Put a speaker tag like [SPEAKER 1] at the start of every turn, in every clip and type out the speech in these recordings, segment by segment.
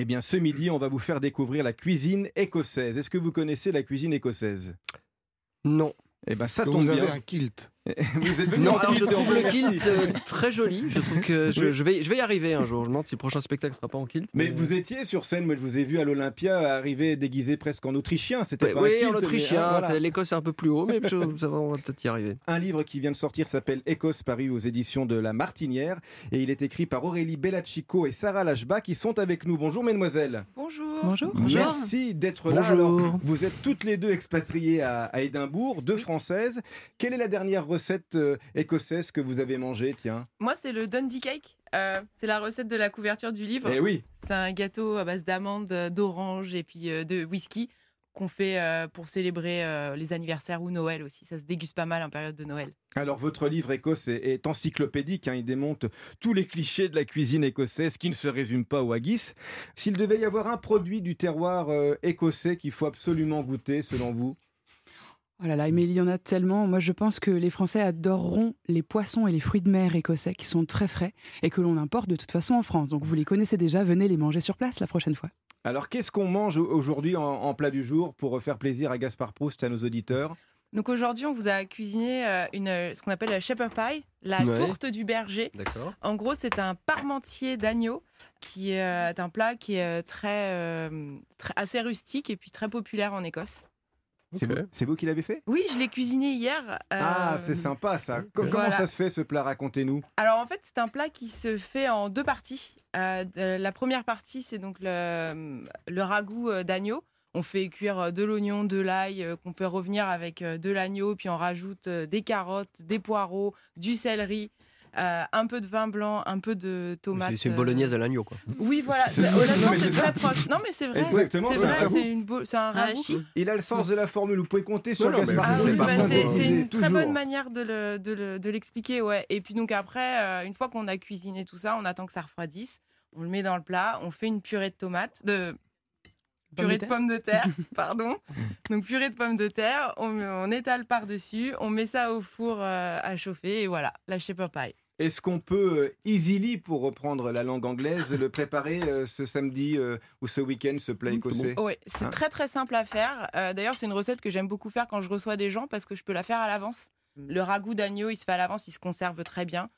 [SPEAKER 1] Eh bien, ce midi, on va vous faire découvrir la cuisine écossaise. Est-ce que vous connaissez la cuisine écossaise
[SPEAKER 2] Non.
[SPEAKER 1] Eh bien, ça
[SPEAKER 3] Donc
[SPEAKER 1] tombe
[SPEAKER 3] vous avez
[SPEAKER 1] bien.
[SPEAKER 3] un kilt.
[SPEAKER 1] Vous êtes venu
[SPEAKER 2] Non,
[SPEAKER 1] en
[SPEAKER 2] alors je
[SPEAKER 1] kilt,
[SPEAKER 2] trouve
[SPEAKER 1] on vous
[SPEAKER 2] le
[SPEAKER 1] remercie.
[SPEAKER 2] kilt euh, très joli. Je trouve que je, je vais, je vais y arriver un jour. Je me demande si le prochain spectacle sera pas en kilt.
[SPEAKER 1] Mais vous étiez sur scène, moi je vous ai vu à l'Olympia arriver déguisé presque en autrichien. C'était
[SPEAKER 2] Ouais,
[SPEAKER 1] pas un
[SPEAKER 2] oui,
[SPEAKER 1] kilt,
[SPEAKER 2] en euh,
[SPEAKER 1] mais,
[SPEAKER 2] autrichien,
[SPEAKER 1] ah, voilà.
[SPEAKER 2] c'est- l'Écosse est un peu plus haut, mais je- ça va, on va peut-être y arriver.
[SPEAKER 1] Un livre qui vient de sortir s'appelle Écosse, paru aux éditions de La Martinière, et il est écrit par Aurélie Bellachico et Sarah Lachba qui sont avec nous. Bonjour mesdemoiselles.
[SPEAKER 4] Bonjour.
[SPEAKER 5] Bonjour.
[SPEAKER 1] Merci d'être là.
[SPEAKER 2] Bonjour.
[SPEAKER 1] Alors, vous êtes toutes les deux expatriées à, à Édimbourg, deux françaises. Quelle est la dernière recette euh, écossaise que vous avez mangée Tiens.
[SPEAKER 4] Moi, c'est le Dundee Cake. Euh, c'est la recette de la couverture du livre.
[SPEAKER 1] Eh oui.
[SPEAKER 4] C'est un gâteau à base d'amandes, euh, d'oranges et puis euh, de whisky qu'on fait euh, pour célébrer euh, les anniversaires ou Noël aussi. Ça se déguste pas mal en période de Noël.
[SPEAKER 1] Alors, votre livre Écosse est, est encyclopédique. hein, il démonte tous les clichés de la cuisine écossaise qui ne se résument pas au haggis. S'il devait y avoir un produit du terroir euh, écossais qu'il faut absolument goûter, selon vous
[SPEAKER 5] Oh là là, mais il y en a tellement. Moi, je pense que les Français adoreront les poissons et les fruits de mer écossais qui sont très frais et que l'on importe de toute façon en France. Donc, vous les connaissez déjà, venez les manger sur place la prochaine fois.
[SPEAKER 1] Alors, qu'est-ce qu'on mange au- aujourd'hui en, en plat du jour pour faire plaisir à Gaspard Proust, à nos auditeurs
[SPEAKER 4] Donc aujourd'hui, on vous a cuisiné euh, une, euh, ce qu'on appelle la shepherd pie, la
[SPEAKER 2] Ouais.
[SPEAKER 4] tourte du berger.
[SPEAKER 2] D'accord.
[SPEAKER 4] En gros, c'est un parmentier d'agneau qui euh, est un plat qui est euh, très, euh, très- assez rustique et puis très populaire en Écosse.
[SPEAKER 1] C'est vous- C'est vous qui l'avez fait
[SPEAKER 4] Oui, je l'ai cuisiné hier.
[SPEAKER 1] Ah,
[SPEAKER 4] euh,
[SPEAKER 1] c'est sympa ça. Com- Comment
[SPEAKER 4] Voilà.
[SPEAKER 1] ça se fait ce plat Racontez-nous.
[SPEAKER 4] Alors en fait, c'est un plat qui se fait en deux parties. Euh, de- la première partie, c'est donc le, le ragoût euh, d'agneau. On fait cuire euh, de l'oignon, de l'ail, euh, qu'on peut revenir avec euh, de l'agneau, puis on rajoute euh, des carottes, des poireaux, du céleri, euh, un peu de vin blanc, un peu de tomate.
[SPEAKER 2] C'est une
[SPEAKER 4] euh,
[SPEAKER 2] bolognaise à l'agneau, quoi.
[SPEAKER 4] Oui, voilà.
[SPEAKER 1] C'est-
[SPEAKER 4] C'est- Honnêtement,
[SPEAKER 1] Mais
[SPEAKER 4] c'est
[SPEAKER 1] c'est
[SPEAKER 4] très proche. Non, mais c'est vrai.
[SPEAKER 1] Exactement,
[SPEAKER 4] C'est
[SPEAKER 1] c'est un
[SPEAKER 4] vrai,
[SPEAKER 1] ragoût.
[SPEAKER 4] c'est une bo- c'est un
[SPEAKER 6] Ah,
[SPEAKER 4] ragoût.
[SPEAKER 6] chi.
[SPEAKER 1] Il a le sens de la formule. Vous pouvez compter sur
[SPEAKER 2] Non, non, mais
[SPEAKER 1] Gaspard
[SPEAKER 4] Ah
[SPEAKER 2] vous
[SPEAKER 1] Proust.
[SPEAKER 4] oui,
[SPEAKER 2] pas
[SPEAKER 4] bah,
[SPEAKER 2] ça,
[SPEAKER 4] c'est
[SPEAKER 2] vous
[SPEAKER 4] c'est
[SPEAKER 1] disait
[SPEAKER 4] une très
[SPEAKER 1] toujours.
[SPEAKER 4] bonne manière de le- de le- de l'expliquer, ouais. Et puis donc après, euh, une fois qu'on a cuisiné tout ça, on attend que ça refroidisse, on le met dans le plat, on fait une purée de tomates, de purée de pommes de terre, pardon. Donc purée de pommes de terre, on, on étale par dessus, on met ça au four euh, à chauffer et voilà, la shepherd pie.
[SPEAKER 1] Est-ce qu'on peut euh, easily, pour reprendre la langue anglaise, le préparer euh, ce samedi euh, ou ce week-end, ce plat écossais
[SPEAKER 4] Oui, c'est
[SPEAKER 1] Hein.
[SPEAKER 4] très très simple à faire. Euh, D'ailleurs, c'est une recette que j'aime beaucoup faire quand je reçois des gens parce que je peux la faire à l'avance.
[SPEAKER 1] Mm.
[SPEAKER 4] Le ragoût d'agneau, il se fait à l'avance, il se conserve très bien.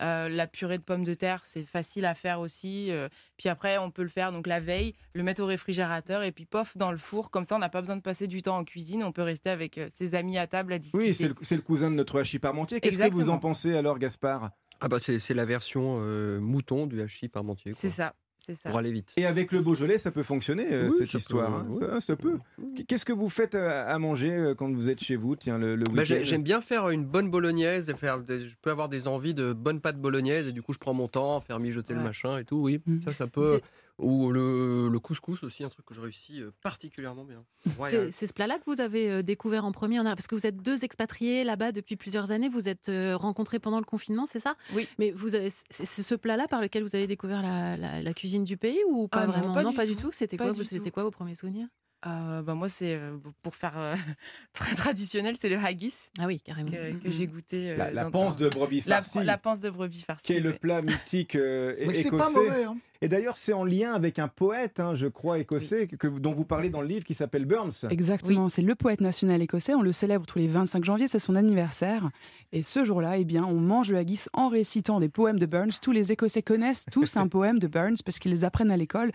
[SPEAKER 4] Euh, la purée de pommes de terre, c'est facile à faire aussi. Euh, puis après, on peut le faire donc la veille, le mettre au réfrigérateur et puis pof dans le four. Comme ça, on n'a pas besoin de passer du temps en cuisine. On peut rester avec euh, ses amis à table à discuter.
[SPEAKER 1] Oui, c'est le, c'est le cousin de notre hachis parmentier. Qu'est-ce que vous en
[SPEAKER 4] Exactement.
[SPEAKER 1] pensez alors, Gaspard
[SPEAKER 2] Ah bah c'est c'est la version euh, mouton du hachis parmentier. quoi.
[SPEAKER 4] C'est ça, c'est ça.
[SPEAKER 2] Pour aller vite.
[SPEAKER 1] Et avec le Beaujolais, ça peut fonctionner, euh,
[SPEAKER 2] Oui,
[SPEAKER 1] cette
[SPEAKER 2] ça peut,
[SPEAKER 1] histoire. hein.
[SPEAKER 2] oui.
[SPEAKER 1] Ça, ça peut. Qu'est-ce que vous faites à, à manger euh, quand vous êtes chez vous Tiens, le, le
[SPEAKER 2] Bah,
[SPEAKER 1] week-end
[SPEAKER 2] j'ai- J'aime bien faire une bonne bolognaise, et faire des- je peux avoir des envies de bonnes pâtes bolognaises et du coup je prends mon temps, faire mijoter le
[SPEAKER 4] Ouais. Mmh.
[SPEAKER 2] machin et tout, oui,
[SPEAKER 5] Mm.
[SPEAKER 2] ça ça peut. Ou le, le couscous aussi, un truc que je réussis euh, particulièrement bien. Ouais,
[SPEAKER 6] C'est c'est ce plat-là que vous avez euh, découvert en premier, en Ar- parce que vous êtes deux expatriés là-bas depuis plusieurs années. Vous êtes euh, rencontrés pendant le confinement, c'est ça
[SPEAKER 4] Oui.
[SPEAKER 6] Mais vous, avez- c'est c'est ce plat-là par lequel vous avez découvert la, la- la cuisine du pays ou pas
[SPEAKER 4] Ah non,
[SPEAKER 6] vraiment
[SPEAKER 4] pas du
[SPEAKER 6] du
[SPEAKER 4] tout.
[SPEAKER 6] tout. C'était
[SPEAKER 4] Pas
[SPEAKER 6] quoi,
[SPEAKER 4] du
[SPEAKER 6] vous- c'était
[SPEAKER 4] tout.
[SPEAKER 6] quoi vos premiers souvenirs
[SPEAKER 4] Euh, bah, moi, c'est euh, pour faire euh, très traditionnel, c'est le haggis
[SPEAKER 6] Ah oui, carrément.
[SPEAKER 4] que,
[SPEAKER 6] Mm,
[SPEAKER 4] que
[SPEAKER 6] mm.
[SPEAKER 4] j'ai goûté. euh,
[SPEAKER 1] La, la
[SPEAKER 4] dans-
[SPEAKER 1] panse de brebis
[SPEAKER 4] La,
[SPEAKER 1] farcie,
[SPEAKER 4] la panse de brebis farcie.
[SPEAKER 1] qui est le
[SPEAKER 4] ouais.
[SPEAKER 1] plat mythique euh, é-
[SPEAKER 3] Mais c'est pas
[SPEAKER 1] écossais.
[SPEAKER 3] mauvais. Hein.
[SPEAKER 1] Et d'ailleurs, c'est en lien avec un poète, hein, je crois, écossais, que, que- dont vous parlez dans le livre qui s'appelle Burns.
[SPEAKER 5] Exactement, c'est le poète national écossais. On le célèbre tous les 25 janvier, c'est son anniversaire. Et ce jour-là, eh bien, on mange le haggis en récitant des poèmes de Burns. Tous les Écossais connaissent tous un poème de Burns parce qu'ils les apprennent à l'école.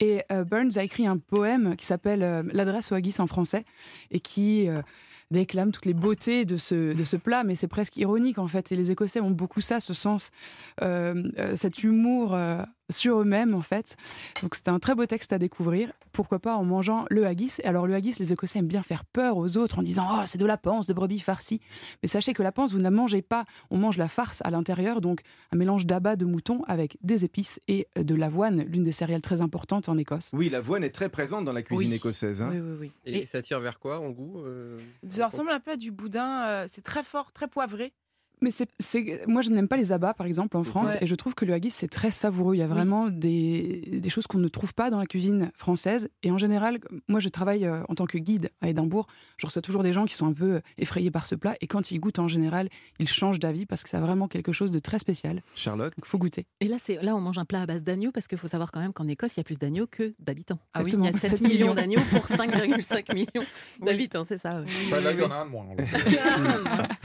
[SPEAKER 5] Et euh, Burns a écrit un poème qui s'appelle euh, L'adresse au haggis en français et qui euh, déclame toutes les beautés de ce, de ce plat. Mais c'est presque ironique en fait. Et les Écossais ont beaucoup ça, ce sens, euh, euh, cet humour. euh, sur eux-mêmes en fait. Donc c'était un très beau texte à découvrir. Pourquoi pas en mangeant le haggis. Et Alors le haggis, les Écossais aiment bien faire peur aux autres en disant oh c'est de la panse de brebis farcie. Mais sachez que la panse vous ne la mangez pas. On mange la farce à l'intérieur, donc un mélange d'abat de mouton avec des épices et de l'avoine, l'une des céréales très importantes en Écosse.
[SPEAKER 1] Oui, l'avoine est très présente dans la cuisine
[SPEAKER 6] Oui.
[SPEAKER 1] écossaise. hein.
[SPEAKER 6] Oui, oui, oui.
[SPEAKER 2] Et, ça tire vers quoi en goût euh,
[SPEAKER 4] Ça ressemble un peu à du boudin. euh, c'est très fort, très poivré.
[SPEAKER 5] Mais c'est, c'est- moi, je n'aime pas les abats, par exemple, en France,
[SPEAKER 4] Ouais.
[SPEAKER 5] et je trouve que le haggis, c'est très savoureux. Il y a vraiment des, des choses qu'on ne trouve pas dans la cuisine française. Et en général, moi, je travaille euh, en tant que guide à Édimbourg. Je reçois toujours des gens qui sont un peu euh, effrayés par ce plat, et quand ils goûtent, en général, ils changent d'avis parce que c'est vraiment quelque chose de très spécial.
[SPEAKER 1] Charlotte
[SPEAKER 5] Donc, faut goûter.
[SPEAKER 6] Et là, c'est là, on mange un plat à base d'agneau parce qu'il faut savoir quand même qu'en Écosse, il y a plus d'agneaux que d'habitants.
[SPEAKER 5] Ah oui,
[SPEAKER 6] il y a
[SPEAKER 5] Exactement,
[SPEAKER 6] 7
[SPEAKER 5] 7 millions.
[SPEAKER 6] millions d'agneaux pour 5,5 millions d'habitants, c'est ça. ouais.
[SPEAKER 4] Bah,
[SPEAKER 3] Enfin, là, il y en a un de moins. en l'occurrence.